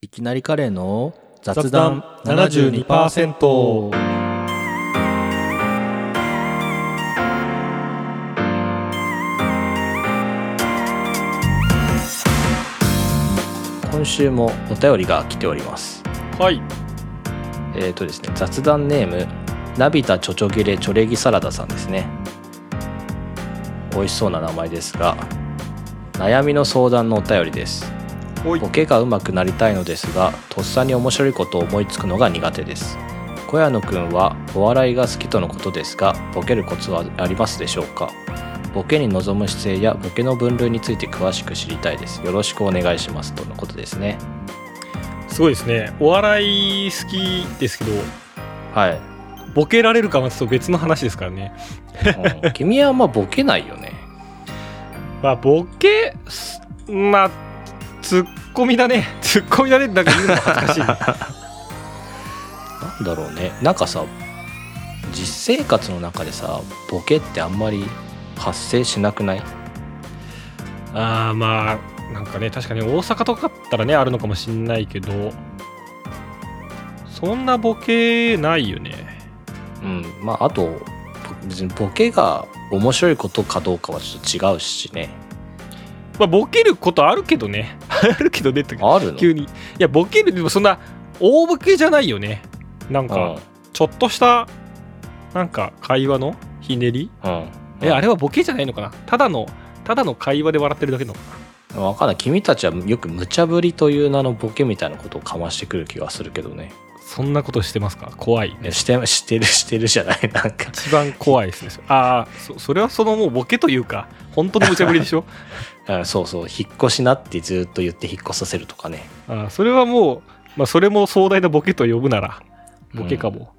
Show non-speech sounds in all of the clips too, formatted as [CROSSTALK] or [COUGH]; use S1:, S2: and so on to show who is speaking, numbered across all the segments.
S1: いきなりカレーの雑
S2: 雑
S1: 談
S2: 談
S1: 72%。
S2: 72%
S1: 今週もお便りが来ております。
S2: はい
S1: えっ、とですね、雑談ネーム、ナビタチョチョゲレチョレギサラダさんですね。美味しそうな名前ですが、悩みの相談のお便りです。
S2: おい
S1: ボケが上手くなりたいのですがとっさに面白いことを思いつくのが苦手です小谷野くんはお笑いが好きとのことですがボケるコツはありますでしょうかボケに臨む姿勢やボケの分類について詳しく知りたいですよろしくお願いしますとのことですね
S2: すごいですねお笑い好きですけど
S1: はい、
S2: ボケられるかはちょっと別の話ですからね
S1: うん君はあんまボケないよね
S2: まあボケすまあツッコミだね [LAUGHS] ツッコミだねってなんか言うのも恥ずかし [LAUGHS] い
S1: なんだろうねなんかさ実生活の中でさボケってあんまり発生しなくない
S2: ああまあなんかね確かに大阪とかだったらねあるのかもしんないけどそんなボケないよね
S1: うん、まああとぼ別にボケが面白いことかどうかはちょっと違うしね
S2: まあボケることあるけどね [LAUGHS] あるけどねってか
S1: あるの
S2: 急にいやボケるでもそんな大ボケじゃないよねなん
S1: う
S2: か、
S1: ん
S2: ちょっとしたなんか会話のひねり
S1: うん
S2: えあれはボケじゃないのかなただのただの会話で笑ってるだけの
S1: わかんない君たちはよく無茶ぶりという名のボケみたいなことをかましてくる気がするけどね
S2: そんなことしてますか怖い
S1: いやしてしてるしてるじゃない [LAUGHS] なんか
S2: 一番怖いですねそれああそそれはそのもうボケというか本当の無茶ぶりでし [LAUGHS] ょ
S1: あそうそう引っ越しなってずっと言って引っ越させるとかね
S2: ああそれはもう、まあ、それも壮大なボケと呼ぶならボケかも、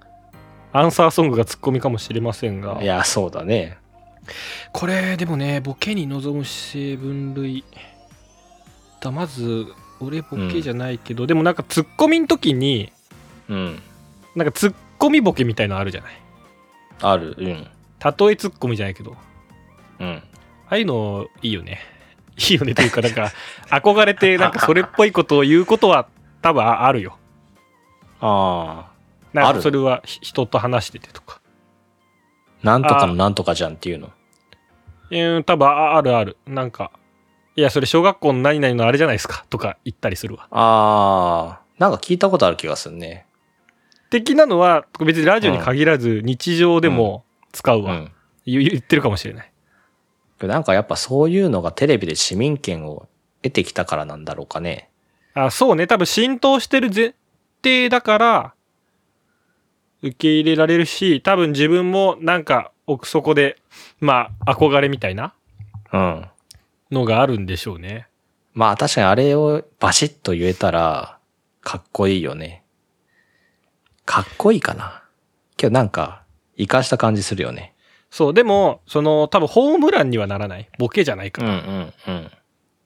S2: アンサーソングがツッコミかもしれませんが
S1: いやそうだね
S2: これでもねボケに望む姿勢分類だまず俺ボケじゃないけど、でもなんかツッコミの時に
S1: うん
S2: なんかツッコミボケみたいのあるじゃない
S1: あるうん
S2: 例えツッコミじゃないけどあ
S1: うん
S2: あいうのいいよねいいよねというかなん
S1: [LAUGHS]
S2: か憧れてなんかそれっぽいことを言うことは多分あるよ
S1: ああ
S2: な
S1: あ
S2: んか
S1: る
S2: それはひ人と話しててとか
S1: なんとかのなんとかじゃんっていうの
S2: うん多分ああるあるなんかいやそれ小学校の何々のあれじゃないですかとか言ったりするわ
S1: ああなんか聞いたことある気がするね
S2: 的なのは別にラジオに限らず日常でも使う
S1: う
S2: わ、
S1: ん
S2: 言言ってるかもしれない
S1: なんかやっぱそういうのがテレビで市民権を得てきたからなんだろうかね。
S2: あそうね多分浸透してる前提だから受け入れられるし多分自分もなんか奥底でまあ憧れみたいな
S1: うん。
S2: のがあるんでしょうね
S1: まあ確かにあれをバシッと言えたら、かっこいいよね。かっこいいかな。けどなんか、生かした感じするよね。
S2: そうでもその多分ホームランにはならないボケじゃないか
S1: うん
S2: ら、
S1: うんうん。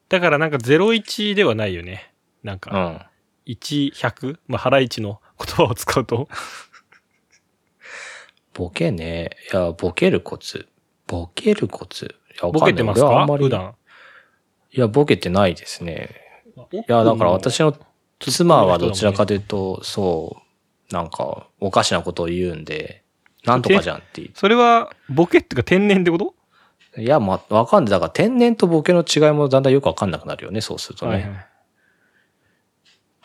S2: だからなんか01ではないよねなん
S1: う
S2: か
S1: ん。
S2: 1100、まあ、ハライチの言葉を使うと
S1: ボケね。いや、ボケるコツ。ボケるコツ。いやわかん
S2: ボ
S1: ない
S2: ケてますか
S1: 俺はあんまり
S2: 普段
S1: いや、ボケてないですね。いや、だから私の妻はどちらかというと、そう、なんか、おかしなことを言うんで、なんとかじゃんって言っ
S2: それはボケっていうか天然ってこと
S1: て。いや、まあ、わかんない。だから天然とボケの違いもだんだんよくわかんなくなるよね、そうするとね。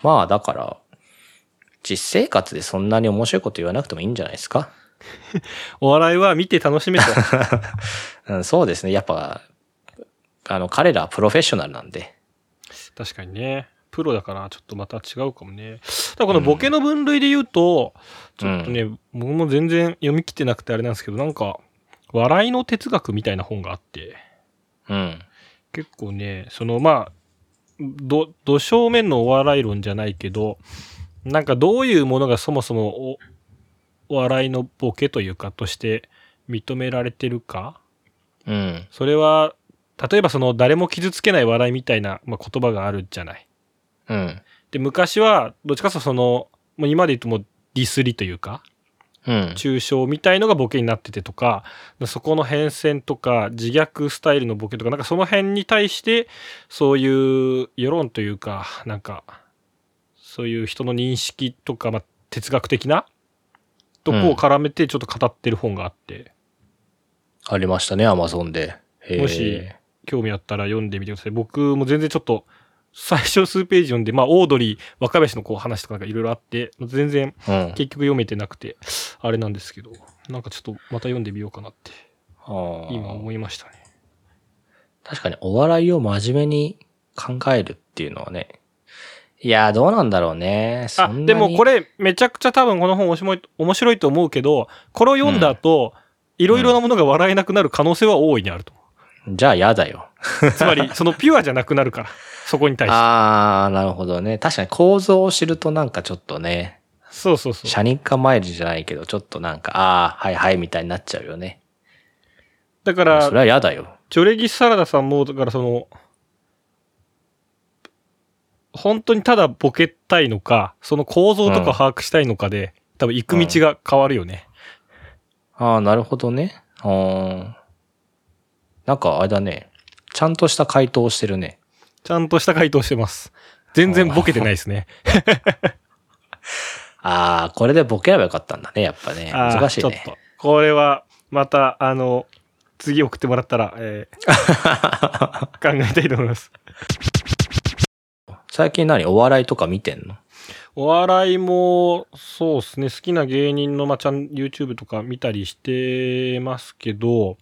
S1: まあ、だから、実生活でそんなに面白いこと言わなくてもいいんじゃないですか。
S2: お笑いは見て楽しめと。
S1: うん、そうですね。やっぱ、あの、彼らはプロフェッショナルなんで。
S2: [LAUGHS] 確かにね。プロだからちょっとまた違うかもね。ただこのボケの分類で言うと、ちょっとね、僕も全然読み切ってなくてあれなんですけど、なんか、笑いの哲学みたいな本があって、
S1: うん。
S2: 結構ね、そのまあ、ど、ど正面のお笑い論じゃないけど、なんかどういうものがそもそもお、お笑いのボケというかとして認められてるか
S1: うん。
S2: それは例えばその誰も傷つけない笑いみたいな、まあ、言葉があるじゃない。
S1: うん。
S2: で昔はどっちかというとそのもう今で言うともうディスりというか
S1: うん。
S2: 中傷みたいのがボケになっててとかそこの変遷とか自虐スタイルのボケとかなんかその辺に対してそういう世論というかなんかそういう人の認識とか、まあ、哲学的なとこを絡めてちょっと語ってる本があって、
S1: ありましたね、アマゾンで。へー
S2: もし興味あったら読んでみてください。僕も全然ちょっと、最初数ページ読んで、まあ、オードリー、若林のこう話とかなんかいろいろあって、全然
S1: うん。
S2: 結局読めてなくて、あれなんですけど、なんかちょっとまた読んでみようかなって、
S1: あー
S2: 今思いましたね。
S1: 確かにお笑いを真面目に考えるっていうのはね。いやー、どうなんだろうね。そ
S2: あ
S1: んなに
S2: でもこれめちゃくちゃ多分この本面白い面白いと思うけどこれを読んだ後、いろいろなものが笑えなくなる可能性は大いにあると思
S1: じゃあ嫌だよ。
S2: うつまりそのピュアじゃなくなるからそこに対して
S1: あー、なるほどね。確かに構造を知るとなんかちょっとね、
S2: そうそうそう
S1: 車に構えるじゃないけど、ちょっとなんか、あー、はいはいみたいになっちゃうよね。
S2: だか
S1: それ
S2: ら
S1: は嫌だよ。
S2: ジョレギスサラダさんもだからその本当にただボケたいのかその構造とか把握したいのかで、多分行く道が変わるよね、
S1: ああ、なるほどね。うーん。なんかあれだね。ちゃんとした回答をしてるね。
S2: ちゃんとした回答してます全然ボケてないです
S1: [LAUGHS]
S2: ね
S1: ああ、これでボケればよかったんだね、やっぱね。
S2: あー
S1: 難しい
S2: ちょっ
S1: ね。
S2: と。これは、また、あの、次送ってもらったら、えー考えたいと思います。
S1: [LAUGHS] 最近何お笑いとか見てんの
S2: お笑いも、そうですね、好きな芸人の、まあ、ちゃん、YouTube とか見たりしてますけど、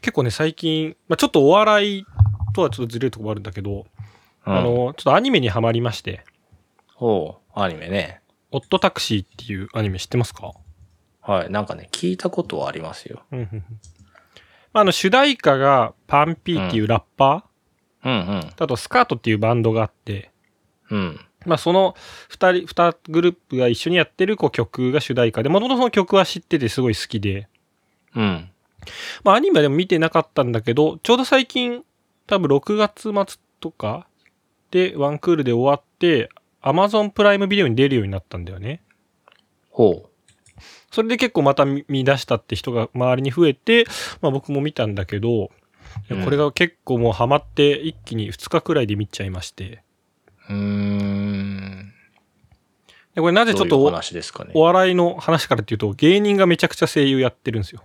S2: 結構ね、最近、まあ、ちょっとお笑いとはちょっとずれるところもあるんだけど、
S1: うん
S2: あの、ちょっとアニメにハマりまして、
S1: ほう、アニメね。
S2: オットタクシーっていうアニメ知ってますか
S1: はい。なんかね、聞いたことはありますよ。
S2: うんうんうんまあ、あの、主題歌がパンピーっていうラッパー、
S1: うんうん。
S2: あとスカートっていうバンドがあって、
S1: うん。
S2: まあ、その2人、2グループが一緒にやってるこう曲が主題歌で、もともとその曲は知っててすごい好きで、
S1: うん。
S2: まあ、アニメでも見てなかったんだけど、ちょうど最近、多分6月末とかでワンクールで終わって、Amazon プライムビデオに出るようになったんだよね。
S1: ほ
S2: それで結構また見見出したって人が周りに増えて、まあ、僕も見たんだけど、いや
S1: うん
S2: これが結構もうハマって一気に2日くらいで見ちゃいまして。
S1: う。うーん。
S2: でこれなぜち
S1: どう
S2: ょっ
S1: いう
S2: と
S1: お
S2: お
S1: 話ですかね
S2: お。笑いの話からっていうと、芸人がめちゃくちゃ声優やってるんですよ。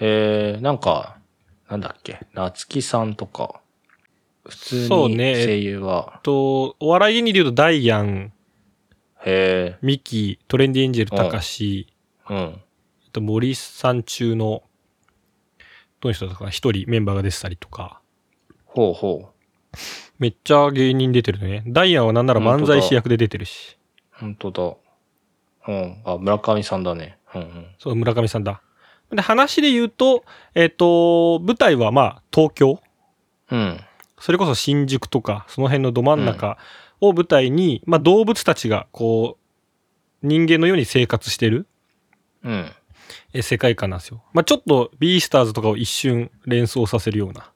S1: へえ、なんか、なんだっけ、夏木さんとか、普通
S2: そう
S1: に
S2: ね
S1: 声優は、
S2: と、お笑い芸人で言うと、ダイアン、
S1: へ
S2: ミキ、トレンディエンジェル、たかし、
S1: え、うん。
S2: あと森さん中の、どの人だったかな、一人メンバーが出てたりとか、
S1: ほうほう。
S2: めっちゃ芸人出てるね。ダイアンはなんなら漫才師役で出てるし、
S1: 本当だ。うん。あ、村上さんだね。うんうん。
S2: そう、村上さんだ。で、話で言うと、えっ、と、舞台はまあ、東京
S1: うん。
S2: それこそ新宿とか、その辺のど真ん中を舞台に、まあ動物たちがこう、人間のように生活してる
S1: うん。
S2: え世界観なんですよ。まあちょっとビースターズとかを一瞬連想させるような。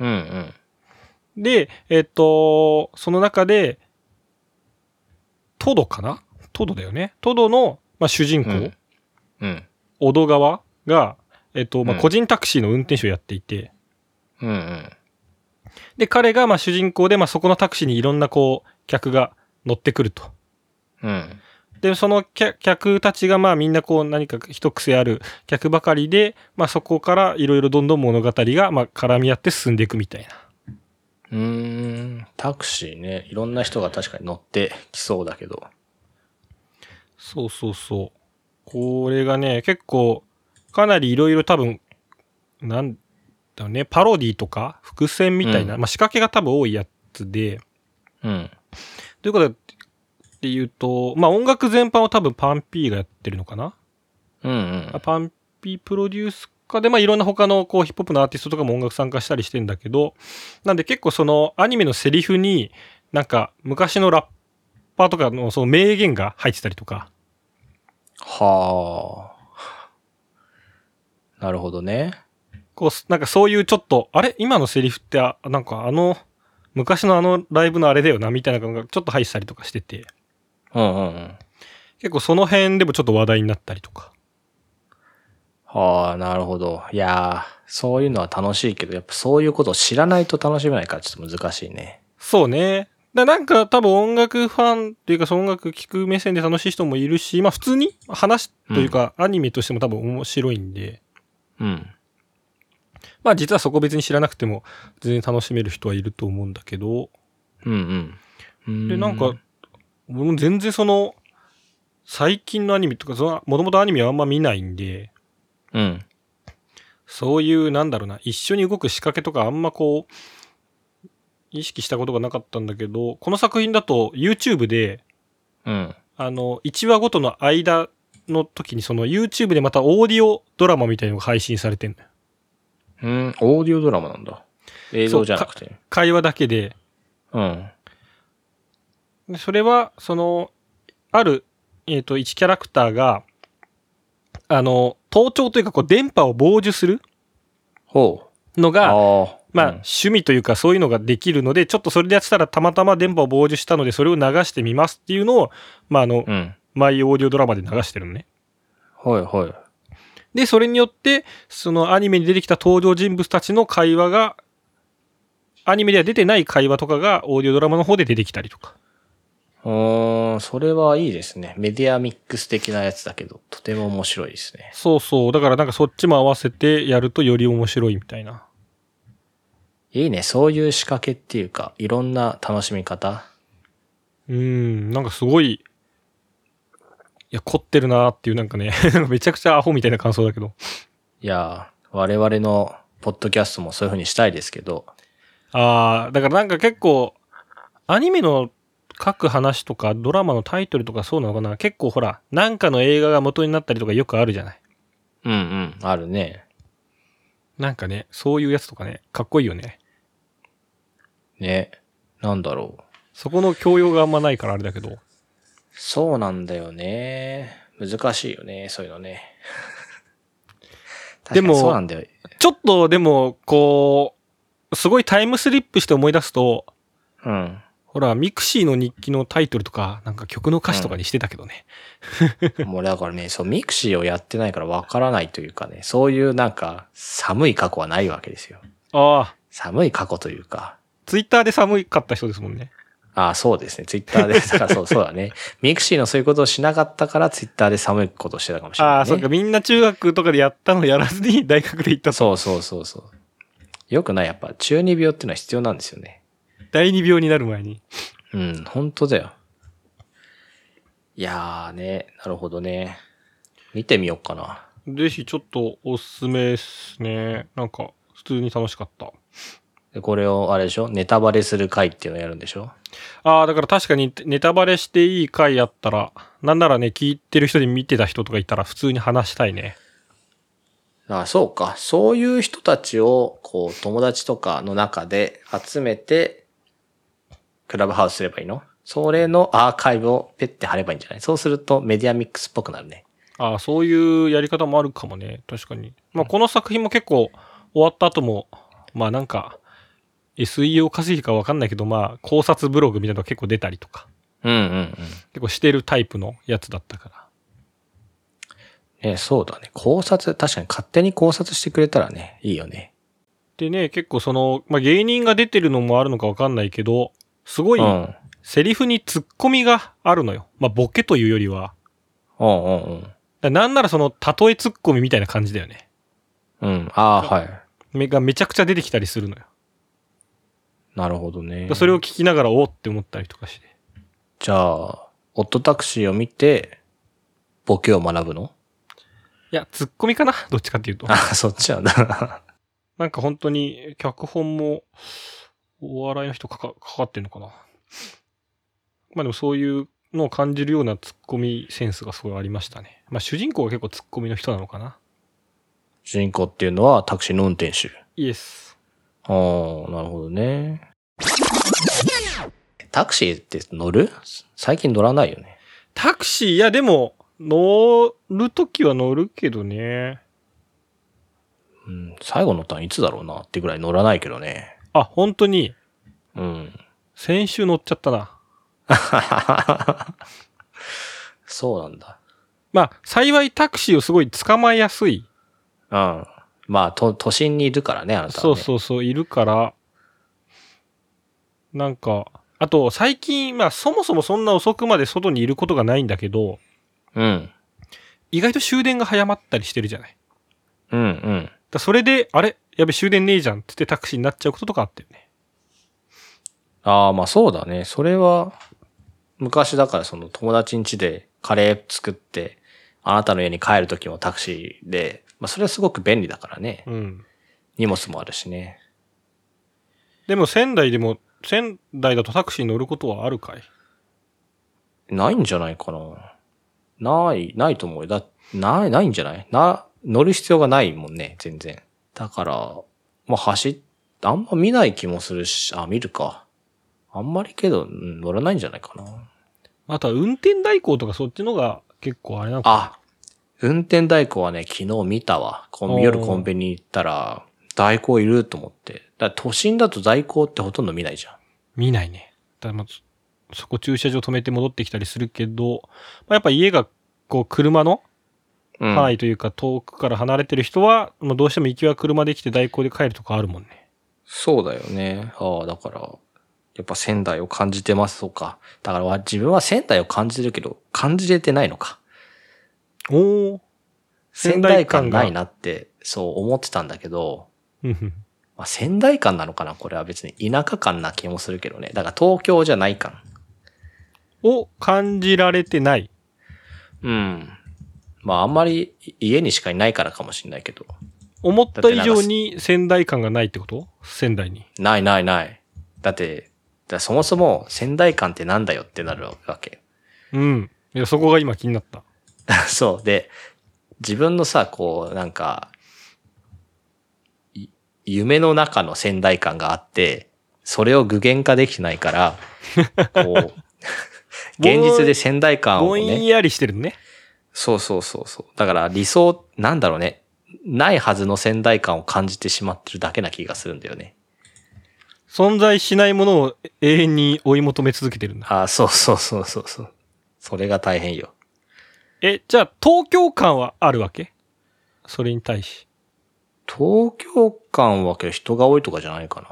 S1: うんうん。
S2: で、えっと、その中で、トドかなトドだよね。トドの、まあ、主人公、
S1: うんうん。
S2: 小戸川が、えっと、まあ
S1: うん
S2: 個人タクシーの運転手をやっていて、
S1: うんうん。
S2: で、彼が、まあ主人公で、まあそこのタクシーにいろんなこう、客が乗ってくると。
S1: うん。
S2: で、その客客たちがまあみんなこう何か一癖ある客ばかりで、まあそこからいろいろどんどん物語がまあ絡み合って進んでいくみたいな。
S1: うーん。タクシーね。いろんな人が確かに乗ってきそうだけど。
S2: そうそうそう。これがね、結構かなりいろいろ多分、なんだろうね、パロディとか伏線みたいな、
S1: う
S2: まあ仕掛けが多分多いやつで、
S1: うん。
S2: ということで、っていうと、まあ音楽全般を多分パンピーがやってるのかな
S1: うんうん。
S2: パンピープロデュースかで、まあ、いろんな他のこうヒップホップのアーティストとかも音楽参加したりしてんだけど、なんで結構そのアニメのセリフに、なんか昔のラッパーとかのその名言が入ってたりとか、
S1: はあ。なるほどね。
S2: こうす、なんかそういうちょっと、あれ今のセリフってあ、なんかあの、昔のあのライブのあれだよな、みたいなのがちょっと入ってたりとかしてて、
S1: うんうんうん。
S2: 結構その辺でもちょっと話題になったりとか。
S1: はあ、なるほど。いやー、そういうのは楽しいけど、やっぱそういうことを知らないと楽しめないからちょっと難しいね。
S2: そうね。だなんか多分音楽ファンっていうかその音楽聴く目線で楽しい人もいるし、まあ普通に話というかアニメとしても多分面白いんで、
S1: うん。
S2: まあ実はそこ別に知らなくても全然楽しめる人はいると思うんだけど、
S1: うんうん。
S2: で、なんか、俺も全然その、最近のアニメとか、その、もともとアニメはあんま見ないんで、
S1: うん。
S2: そういう、なんだろうな、一緒に動く仕掛けとかあんまこう、意識したことがなかったんだけど、この作品だと YouTube で、
S1: うん。
S2: あの、1話ごとの間の時に、その YouTube でまたオーディオドラマみたいのが配信されてんのよ
S1: うん。オーディオドラマなんだ。映像じゃなくて。
S2: 会話だけで。
S1: うん。
S2: でそれは、その、ある、えっ、と、1キャラクターが、あの、盗聴というか、こう、電波を防受する
S1: ほう。
S2: のが、
S1: あ。
S2: まあ、
S1: うん
S2: 趣味というかそういうのができるので、ちょっとそれでやってたらたまたま電波を傍受したので、それを流してみますっていうのを、まあ、あの、
S1: うん。
S2: マイオーディオドラマで流してるのね。
S1: はいはい。
S2: で、それによって、そのアニメに出てきた登場人物たちの会話が、アニメでは出てない会話とかがオーディオドラマの方で出てきたりとか。
S1: うーん、それはいいですね。メディアミックス的なやつだけど、とても面白いですね。
S2: そうそう。だからなんかそっちも合わせてやるとより面白いみたいな。
S1: いいね。そういう仕掛けっていうか、いろんな楽しみ方。
S2: うーん、なんかすごい、いや、凝ってるなーっていうなんかね、 [LAUGHS] なんかめちゃくちゃアホみたいな感想だけど。
S1: いやー、我々のポッドキャストもそういう風にしたいですけど、
S2: ああ、だからなんか結構、アニメの書く話とかドラマのタイトルとかそうなのかな結構ほら、なんかの映画が元になったりとかよくあるじゃない
S1: うんうん、あるね。
S2: なんかね、そういうやつとかね、かっこいいよね。
S1: ね。なんだろう。
S2: そこの教養があんまないからあれだけど。
S1: そうなんだよね。難しいよね、そういうのね。確
S2: で
S1: か
S2: も
S1: にそうなんだよ。
S2: ちょっとでも、こう、すごいタイムスリップして思い出すと、
S1: うん。
S2: ほら、ミクシーの日記のタイトルとか、なんか曲の歌詞とかにしてたけどね。
S1: もうだからね、そう、ミクシーをやってないからわからないというかね、そういうなんか寒い過去はないわけですよ。
S2: ああ、
S1: 寒い過去というか、
S2: ツイッターで寒かった人ですもんね。
S1: ああ、そうですね。ツイッターで、だ [LAUGHS] からそう、そうだね。ミクシーのそういうことをしなかったから、ツイッターで寒いことをしてたかもしれない、ね。
S2: ああ、そっか、みんな中学とかでやったのやらずに大学で行ったと。
S1: そうそうそうそう。よくない。やっぱ、中二病っていうのは必要なんですよね。
S2: 第二病になる前に。
S1: うん、本当だよ。いやーね、なるほどね。見てみようかな。
S2: ぜひちょっとおすすめですね。なんか、普通に楽しかった。
S1: でこれを、あれでしょネタバレする回っていうのやるんでしょ
S2: ああ、だから確かにネタバレしていい回やったら、なんならね、聞いてる人で見てた人とかいたら普通に話したいね。
S1: ああ、そうか。そういう人たちを、こう、友達とかの中で集めて、クラブハウスすればいいのそれのアーカイブをペッて貼ればいいんじゃないそうするとメディアミックスっぽくなるね。
S2: ああ、そういうやり方もあるかもね。確かに。まあ、この作品も結構終わった後も、まあなんか、SEO 稼ぎかわかんないけど、まあ、考察ブログみたいなのが結構出たりとか、
S1: うんうんうん。
S2: 結構してるタイプのやつだったから。
S1: ね、そうだね。考察、確かに勝手に考察してくれたらね、いいよね。
S2: でね、結構その、まあ芸人が出てるのもあるのかわかんないけど、すご
S1: う
S2: い、
S1: ん。うん
S2: セリフに突っ込みがあるのよ。まあ、ボケというよりは。
S1: うんうん。
S2: だなんならその、例え突っ込みみたいな感じだよね。
S1: うん。ああ、はい。
S2: めがめちゃくちゃ出てきたりするのよ。
S1: なるほどね。
S2: それを聞きながら、おーって思ったりとかして。
S1: じゃあ、オットタクシーを見て、ボケを学ぶ [LAUGHS] の
S2: いや、突っ込みかな [LAUGHS] どっちかっていうと
S1: あ。あ、そっちなんだ。 [LAUGHS]
S2: なんか本当に、脚本も、お笑いの人かかかかってんのかな。まあでもそういうのを感じるような突っ込みセンスがすごいありましたね。まあ主人公が結構突っ込みの人なのかな。
S1: 主人公っていうのはタクシーの運転手。
S2: イエス。
S1: ああ、なるほどね。タクシーって乗る最近乗らないよね。
S2: タクシー、いやでも、乗るときは乗るけどね。
S1: うん、最後乗ったのいつだろうなってぐらい乗らないけどね。
S2: あ、本当に、
S1: うん。 [LAUGHS]
S2: 先週乗っちゃったな。
S1: そうなんだ。
S2: まあ、幸いタクシーをすごい捕まえやすい。
S1: うん。まあ、と、都心にいるからね、あなたは、ね。
S2: そうそうそう、いるから、なんか、あと、最近、まあ、そもそもそんな遅くまで外にいることがないんだけど、
S1: うん。
S2: 意外と終電が早まったりしてるじゃない。
S1: うんうん。
S2: だそれで、あれやべ、終電ねえじゃんってってタクシーになっちゃうこととかあったよね。
S1: ああ、まあそうだね。それは、昔だからその友達ん家でカレー作って、あなたの家に帰る時もタクシーで、まあそれはすごく便利だからね。
S2: うん。
S1: 荷物もあるしね。
S2: でも、仙台でも、仙台だとタクシーに乗ることはあるかい
S1: ないんじゃないかな。ない、ないと思うよ。だ、ない、ないんじゃないな、乗る必要がないもんね、全然。だから、まあ走っ、あんま見ない気もするし、あ、見るか。あんまりけど、うん乗らないんじゃないかな。
S2: あとは運転代行とかそっちのが結構あれなのか。
S1: あ、運転代行はね、昨日見たわ。コンビ夜コンビニ行ったら、代行いると思って。だから都心だと代行ってほとんど見ないじゃん。
S2: 見ないね。だまあそそこ駐車場止めて戻ってきたりするけど、まあ、やっぱ家がこう車の
S1: うん。
S2: 範囲というか遠くから離れてる人は、まあどうしても行きは車で来て代行で帰るとかあるもんね。
S1: そうだよね。ああ、だから、やっぱ仙台を感じてますとか。だからわ自分は仙台を感じてるけど、感じれてないのか。
S2: おお。
S1: 仙
S2: 仙
S1: 台
S2: 台
S1: 感
S2: 感が
S1: ないなって、そう思ってたんだけど、
S2: うんうん
S1: まあ、仙台感なのかなこれは別に田舎感な気もするけどね。だから東京じゃない感。
S2: を感じられてない。
S1: うん。まああんまりい家にしかいないからかもしれないけど。
S2: 思った以上に仙台感がないってこと仙台に。
S1: ないないない。だって、だそもそも仙台感ってなんだよってなるわけ。
S2: うん。いや、そこが今気になった。
S1: [LAUGHS] そう。で、自分のさ、こう、なんか、い夢の中の仙台感があって、それを具現化できてないから、こう、現実で仙台感
S2: ぼ
S1: を
S2: ん
S1: ね、
S2: やりしてるのね。
S1: そうそうそうそう。だから理想、なんだろうね、ないはずの仙台感を感じてしまってるだけな気がするんだよね。
S2: 存在しないものを永遠に追い求め続けてるんだ。
S1: ああ、そうそうそうそうそう。それが大変よ。
S2: え、じゃあ東京感はあるわけそれに対し。
S1: 東京間はけど人が多いとかじゃないか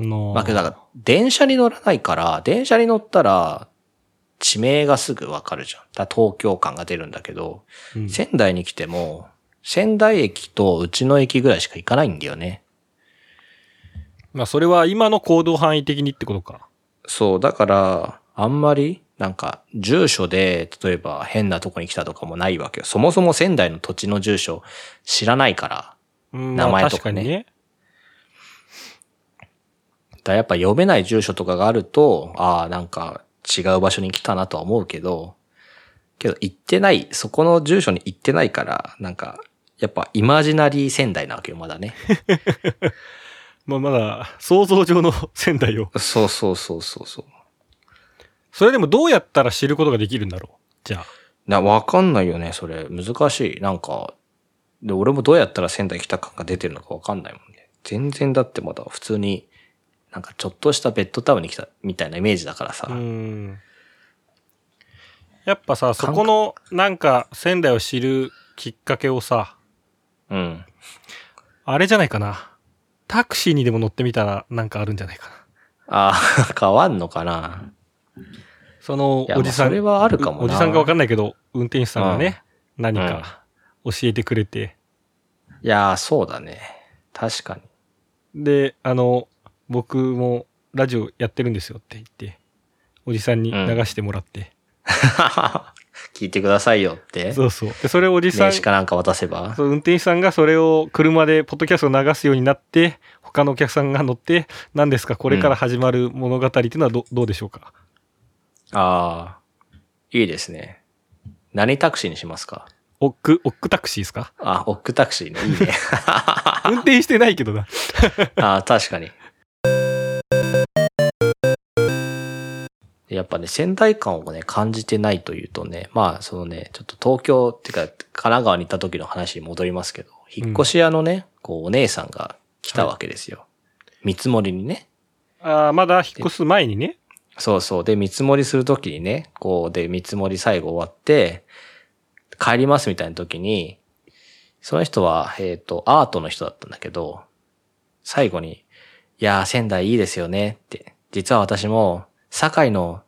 S1: な。
S2: の
S1: まあけど、だから、電車に乗らないから、電車に乗ったら、地名がすぐわかるじゃん。だから東京感が出るんだけど、
S2: うん
S1: 仙台に来ても、仙台駅とうちの駅ぐらいしか行かないんだよね。
S2: まあそれは今の行動範囲的にってことか。
S1: そう、だから、あんまり、なんか、住所で、例えば変なとこに来たとかもないわけよ。そもそも仙台の土地の住所知らないから、
S2: うん
S1: 名前とかね
S2: まあ確にね。
S1: だからやっぱ読めない住所とかがあると、ああ、なんか違う場所に来たなとは思うけど、けど行ってない、そこの住所に行ってないから、なんか、やっぱイマジナリー仙台なわけよ、まだね。
S2: まあまだ [LAUGHS] 想像上の仙台を。
S1: そうそうそうそうそう。
S2: それでもどうやったら知ることができるんだろう。じゃあ。
S1: な、わかんないよね、それ。難しい。なんか、で、俺もどうやったら仙台来た感が出てるのかわかんないもんね。全然だってまだ普通に、なんかちょっとしたベッドタウンに来たみたいなイメージだからさ。
S2: うん。やっぱさ、そこのなんか仙台を知るきっかけをさ、
S1: うん。
S2: あれじゃないかな。タクシーにでも乗ってみたらなんかあるんじゃないかな。
S1: ああ、 [LAUGHS] 変わんのかな。
S2: その
S1: いや
S2: おじさ
S1: ま
S2: ん、
S1: あそれはあるかもな
S2: おじさんかわかんないけど、運転手さんがね、何
S1: うん
S2: か教えてくれて、
S1: いやー、そうだね。確かに。 [LAUGHS]
S2: で、あの、僕もラジオやってるんですよって言って、おじさんに流してもらって、
S1: 聞いてくださいよって。
S2: そうそう。で、それをおじさ
S1: 名
S2: ん、
S1: 刺かなんか渡せば。
S2: そう運転手さんがそれを車でポッドキャストを流すようになって、他のお客さんが乗って、何ですか、これから始まる物語っていうのはど,、うどうでしょうか。
S1: ああ、いいですね。何タクシーにしますか
S2: オック、オックタクシーですか
S1: あ、オックタクシーね。いいね。 [LAUGHS]
S2: 運転してないけどな。
S1: ああ、確かに。やっぱね、仙台感をね、感じてないというとね、まあ、そのね、ちょっと東京っていうか、神奈川に行った時の話に戻りますけど、引っ越し屋のね、こう、お姉さんが来たわけですよ。見積もりにね。
S2: ああ、まだ引っ越す前にね。
S1: そうそう。で、見積もりするときにね、こう、で、見積もり最後終わって、帰りますみたいなときに、その人は、えっ、と、アートの人だったんだけど、最後に、いやー、仙台いいですよねって、実は私も、堺の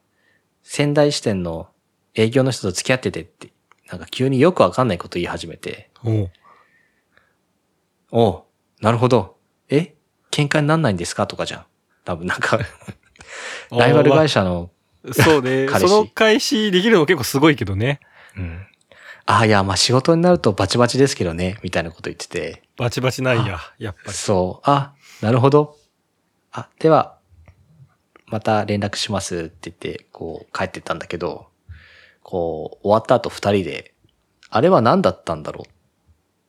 S1: 仙台支店の営業の人と付き合っててって、なんか急によくわかんないこと言い始めて、
S2: おう
S1: おうなるほど。え喧嘩になんないんですかとかじゃん。多分なんか、ライバル会社の、
S2: そうね。
S1: 彼
S2: そ
S1: 氏
S2: の開始できるの結構すごいけどね。
S1: うん。ああ、いや、まあ仕事になるとバチバチですけどね、みたいなこと言ってて。
S2: バチバチないや、やっぱり。
S1: そう。あ、なるほど。あ、では、また連絡しますって言って、こう、帰ってったんだけど、こう、終わった後二人で、あれは何だったんだろうっ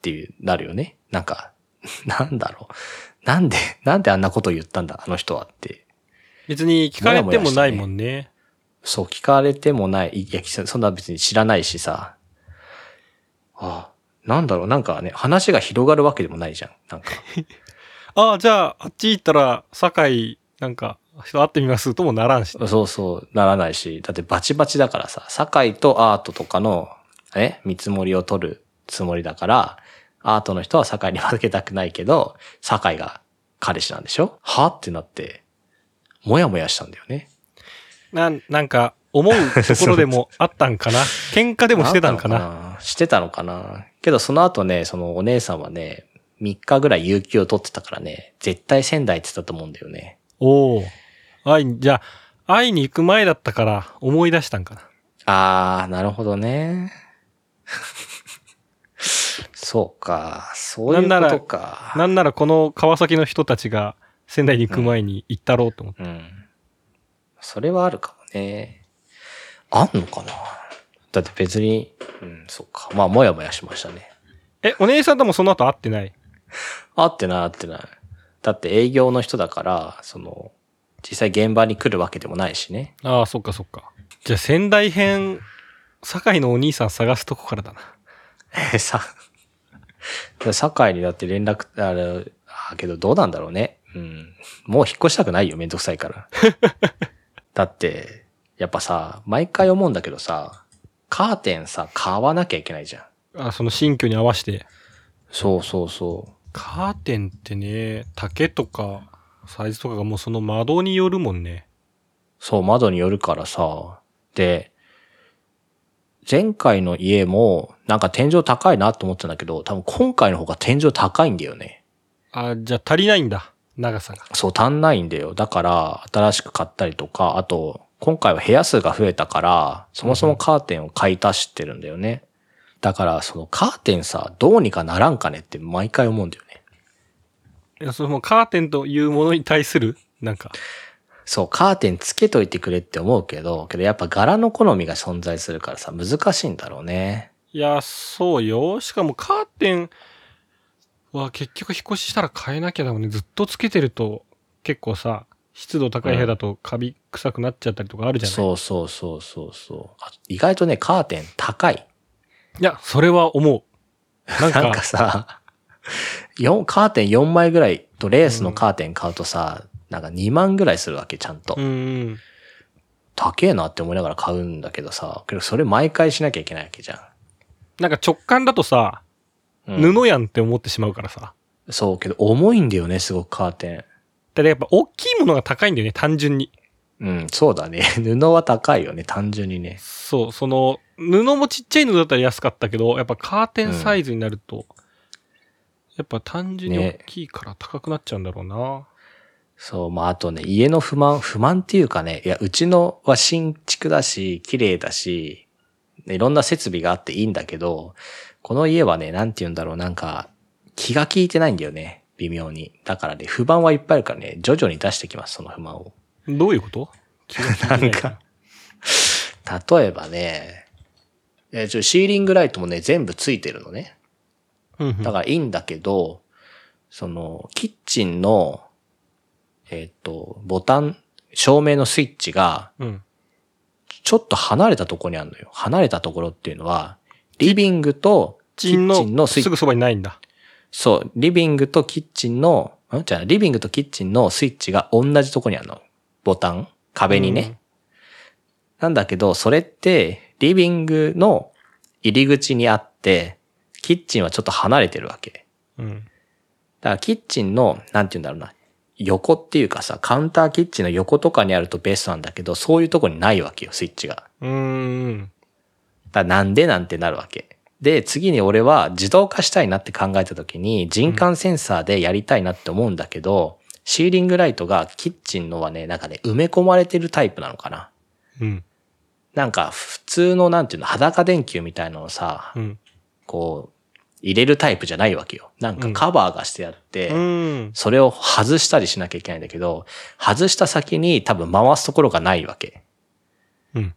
S1: ていう、なるよね。なんか、 [LAUGHS] なんだろう。なんで、なんであんなこと言ったんだ、あの人はって。
S2: 別に聞かれてもないもんね。
S1: そう、聞かれてもない。いや、そんな別に知らないしさ。ああ、なんだろう。なんかね、話が広がるわけでもないじゃん。なんか。 [LAUGHS]
S2: ああ、じゃあ、あっち行ったら、堺、なんか、会ってみますともならんし。
S1: そうそう、ならないし、だってバチバチだからさ、堺とアートとかの、ね、見積もりを取るつもりだから、アートの人は堺に負けたくないけど、堺が彼氏なんでしょはってなって、もやもやしたんだよね。
S2: [LAUGHS] なん、なんか、思うところでもあったんかな。 [LAUGHS] 喧嘩でもしてたんかな。
S1: あったのかなしてたのかなけどその後ね、そのお姉さんはね、3日ぐらい有給を取ってたからね、絶対仙台って言ってたと思うんだよね。
S2: おお。会いに、じゃあ、会いに行く前だったから、思い出したんかな。
S1: あー、なるほどね。 [LAUGHS] そうか。そういうことか。
S2: なんなら、この川崎の人たちが、仙台に行く前に行ったろうと思って。
S1: うん。それはあるかもね。あんのかなだって別に、うん、そうか。まあ、もやもやしましたね。
S2: え、お姉さんともその後会ってない
S1: あってない、あってない。だって営業の人だから、その、実際現場に来るわけでもないしね。 [LAUGHS]
S2: ああ、そっかそっか。じゃあ、仙台編、堺のお兄さん探すとこからだな。
S1: え、さ、堺にだって連絡、あれ、あけどどうなんだろうね。うん。もう引っ越したくないよ、めんどくさい [LAUGHS] から。だって、やっぱさ、毎回思うんだけどさ、カーテンさ、買わなきゃいけないじゃん。
S2: あその新居に合わせて。
S1: そうそうそう。
S2: カーテンってね、丈とか、サイズとかがもうその窓によるもんね。
S1: そう、窓によるからさ。で、前回の家も、なんか天井高いなと思ってたんだけど、多分今回の方が天井高いんだよね。
S2: あ、じゃあ足りないんだ。長さが。
S1: そう、足んないんだよ。だから、新しく買ったりとか、あと、今回は部屋数が増えたから、そもそもカーテンを買い足してるんだよね。だから、そのカーテンさ、どうにかならんかねって毎回思うんだよね。
S2: いやそのカーテンというものに対する、なんか、
S1: そう、カーテンつけといてくれって思うけど、けどやっぱ柄の好みが存在するからさ、難しいんだろうね。
S2: いや、そうよ。しかもカーテンは結局引っ越ししたら変えなきゃだもんね。ずっとつけてると、結構さ、湿度高い部屋だとカビ臭くなっちゃったりとかあるじゃない、
S1: そうそうそうそうそう。あ意外とね、カーテン高い。
S2: いや、それは思う。なん
S1: な
S2: か、
S1: んかさ、4カーテン4枚ぐらいとレースのカーテン買うとさ、なんか2万ぐらいするわけ、ちゃんと。
S2: うんうん。
S1: 高えなって思いながら買うんだけどさ、けどそれ毎回しなきゃいけないわけじゃ
S2: なんか直感だとさ、
S1: ん。うん、
S2: 布やんって思ってしまうからさ。
S1: そうけど、重いんだよね、すごくカーテ
S2: だからやっぱ大きいものが高いんだよね、単純に。
S1: ン。うん、そうだね。 [LAUGHS] 布は高いよね、単純にね。
S2: そう、その、布もちっちゃいのだったら安かったけど、やっぱカーテンサイズになると、やっぱ単純に大
S1: ね
S2: きいから高くなっちゃうんだろうな。
S1: そう、まあ、あとね、家の不満、不満っていうかね、いや、うちのは新築だし、綺麗だし、いろんな設備があっていいんだけど、この家はね、なんて言うんだろう、なんか、気が利いてないんだよね、微妙に。だからね、不満はいっぱいあるからね、徐々に出してきます、その不満を。
S2: どういうこと気が利いてい
S1: なんか例えばね、えーちょシーリングライトもね、全部ついてるのね。
S2: うんうん
S1: だからいいんだけど、その、キッチンの、えーっ、と、ボタン、照明のスイッチが、
S2: うん。
S1: ちょっと離れたとこにあるのよ。離れたところっていうのは、リビングとキ
S2: チン
S1: ッチンの
S2: の、
S1: スイ
S2: す
S1: ッチ。
S2: ぐそばにないんだ。
S1: そう、リビングとキッチンの、んじゃあリビングとキッチンのスイッチが同じとこにあるの。ボタン壁にね。なんだけど、それって、リビングの入り口にあって、キッチンはちょっと離れてるわけ。
S2: うん。
S1: だからキッチンの、なんて言うんだろうな、横っていうかさ、カウンターキッチンの横とかにあるとベストなんだけど、そういうとこにないわけよ、スイッチが。
S2: うーん。
S1: だからなんでなんてなるわけ。で、次に俺は自動化したいなって考えた時に人感センサーでやりたいなって思うんだけど、シーリングライトがキッチンのはね、なんかね、埋め込まれてるタイプなのかな。
S2: うん。
S1: なんか普通のなんていうの、裸電球みたいなのをさ
S2: う、ん。
S1: こう、入れるタイプじゃないわけよ。なんかカバーがしてあって、
S2: うん。
S1: それを外したりしなきゃいけないんだけど、外した先に多分回すところがないわけ。
S2: うん。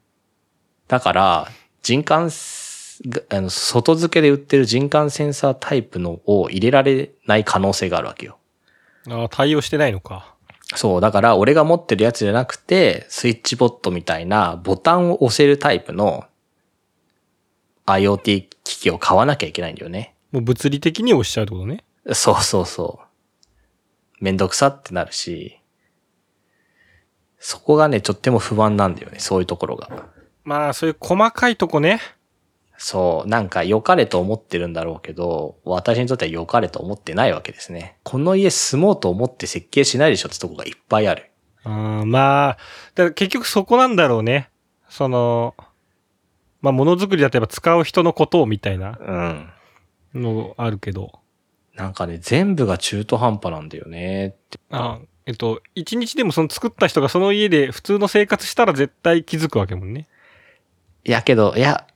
S1: だから、人感す、があの外付けで売ってる人感センサータイプのを入れられない可能性があるわけよ。
S2: ああ、対応してないのか。
S1: そう、だから俺が持ってるやつじゃなくて、スイッチボットみたいなボタンを押せるタイプの IoT 機器を買わなきゃいけないんだよね。
S2: もう物理的に押しちゃうってことね。
S1: そうそうそう。めんどくさってなるし、そこがね、とっても不安なんだよね、そういうところが。
S2: まあ、そういう細かいとこね。
S1: そう、なんか良かれと思ってるんだろうけど、私にとっては良かれと思ってないわけですね。この家住もうと思って設計しないでしょってとこがいっぱいある。
S2: あーまあ、だから結局そこなんだろうね。その、まあ、ものづくりだとやっぱ使う人のことをみたいな
S1: うん。
S2: のあるけど。
S1: なんかね、全部が中途半端なんだよね。
S2: あーえっと、一日でもその作った人がその家で普通の生活したら絶対気づくわけもんね。
S1: いやけど、いや、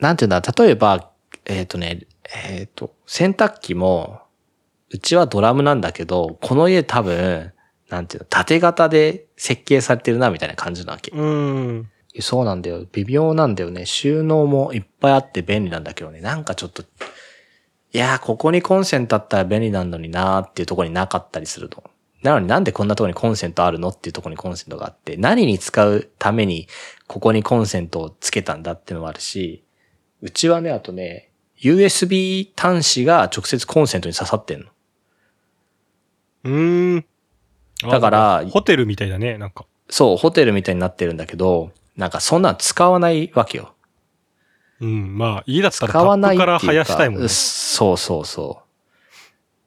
S1: なんていうんだ、例えば、えっ、とね、えっ、と、洗濯機も、うちはドラムなんだけど、この家多分、なんていうの、縦型で設計されてるな、みたいな感じなわけ。
S2: うん。
S1: そうなんだよ。微妙なんだよね。収納もいっぱいあって便利なんだけどね。なんかちょっと、いやー、ここにコンセントあったら便利なのになーっていうところになかったりすると。なのになんでこんなところにコンセントあるのっていうところにコンセントがあって、何に使うためにここにコンセントをつけたんだっていうのもあるし、うちはね、あとね、USB 端子が直接コンセントに刺さってんの。
S2: うーん。あ
S1: だから
S2: ホテルみたいだね、なんか。
S1: そう、ホテルみたいになってるんだけど、なんかそんなん使わないわけよ。
S2: うん、まあ、家だったらタ
S1: 使わ
S2: ッ
S1: ない
S2: プ
S1: って
S2: か
S1: いう
S2: ら
S1: か。
S2: 生やしたいもんね。
S1: そうそうそう。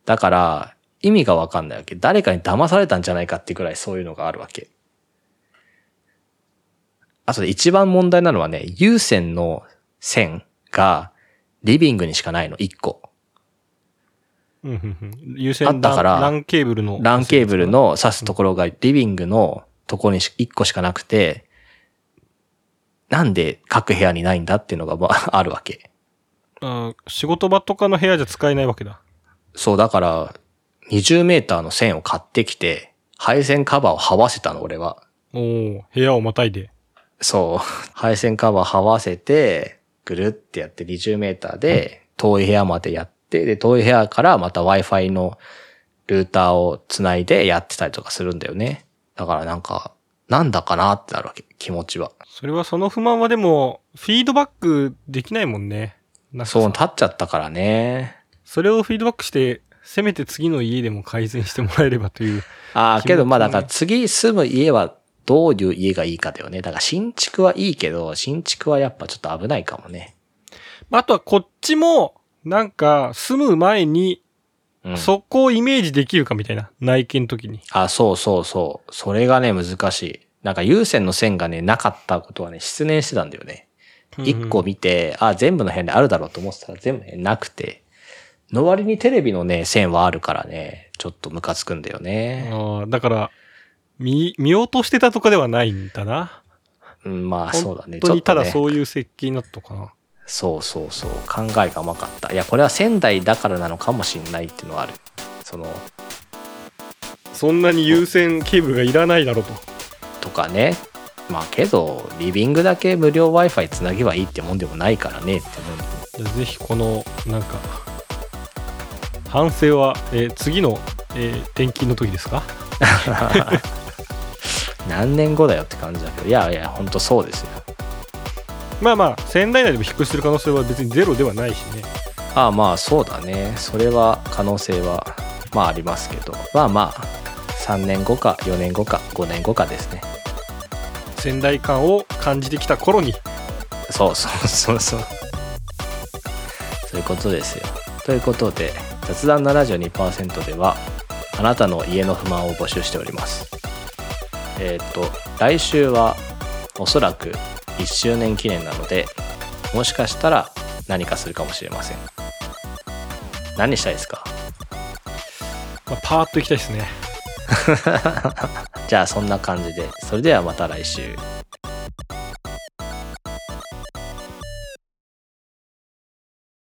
S1: だから、意味がわかんないわけ。誰かに騙されたんじゃないかってくらいそういうのがあるわけ。あとで一番問題なのはね、有線の線がリビングにしかないの、1個。
S2: うんうんうん優先
S1: あったから
S2: LAN ケーブルの。
S1: ランケーブル。の挿すところがリビングのところにし1個しかなくて、なんで各部屋にないんだっていうのがまああるわけ。
S2: あー仕事場とかの部屋じゃ使えないわけだ。
S1: そう、だから、20メーターの線を買ってきて、配線カバーを這わせたの、俺は。
S2: おお部屋をまたいで。
S1: そう。 [LAUGHS] 配線カバー這わせて、ぐるってやって20メーターで、遠い部屋までやって、で、遠い部屋からまた Wi-Fi のルーターをつないでやってたりとかするんだよね。だからなんか、なんだかなってなるわけ、気持ちは。
S2: それはその不満はでも、フィードバックできないもんね。なんかさ
S1: そう、立っちゃったからね。
S2: それをフィードバックして、せめて次の家でも改善してもらえればという。
S1: ああ、
S2: 気持ちね
S1: けどまあだから次住む家はどういう家がいいかだよね。だから新築はいいけど、新築はやっぱちょっと危ないかもね。
S2: まああとはこっちも、なんか、住む前に、
S1: うん。
S2: そこをイメージできるかみたいな。内見の時に。
S1: あ、そうそうそう。それがね、難しい。なんか有線の線がね、なかったことはね、失念してたんだよね。一、個見て、あ、全部の部屋にあるだろうと思ってたら全部の部屋になくて。の割にテレビのね、線はあるからね、ちょっとムカつくんだよね。
S2: ああ、だから、見、見落としてたとかではないんだな。
S1: うん、まあそうだね。
S2: 本当にただ
S1: ちょっとね
S2: そういう設計になったのかな。
S1: そうそうそう考えが甘かったいやこれは仙台だからなのかもしんないっていうのはあるその
S2: そんなに優先ケーブルがいらないだろうと。
S1: とかねまあけどリビングだけ無料 w i f i つなげばいいってもんでもないからねって思うんだよ
S2: じゃあぜひこの、なんか、反省は、えー次の、えー転勤の時ですか
S1: 何年後だよって感じだけどいやいやほんとそうですよ
S2: まあまあ、仙台内でも引っ越しする可能性は別にゼロではないしね。
S1: ああまあそうだねそれは可能性はまあありますけどまあまあ3年後か4年後か5年後かですね
S2: 仙台感を感じてきた頃に、
S1: そうそうそうそう。そういうことですよ。ということで、雑談7 2 2%では、あなたの家の不満を募集しておりますえっ、と来週はおそらく1周年記念なのでもしかしたら何かするかもしれません何したいですか
S2: まあ、パーッといきたいですね。
S1: じゃあそんな感じでそれではまた来週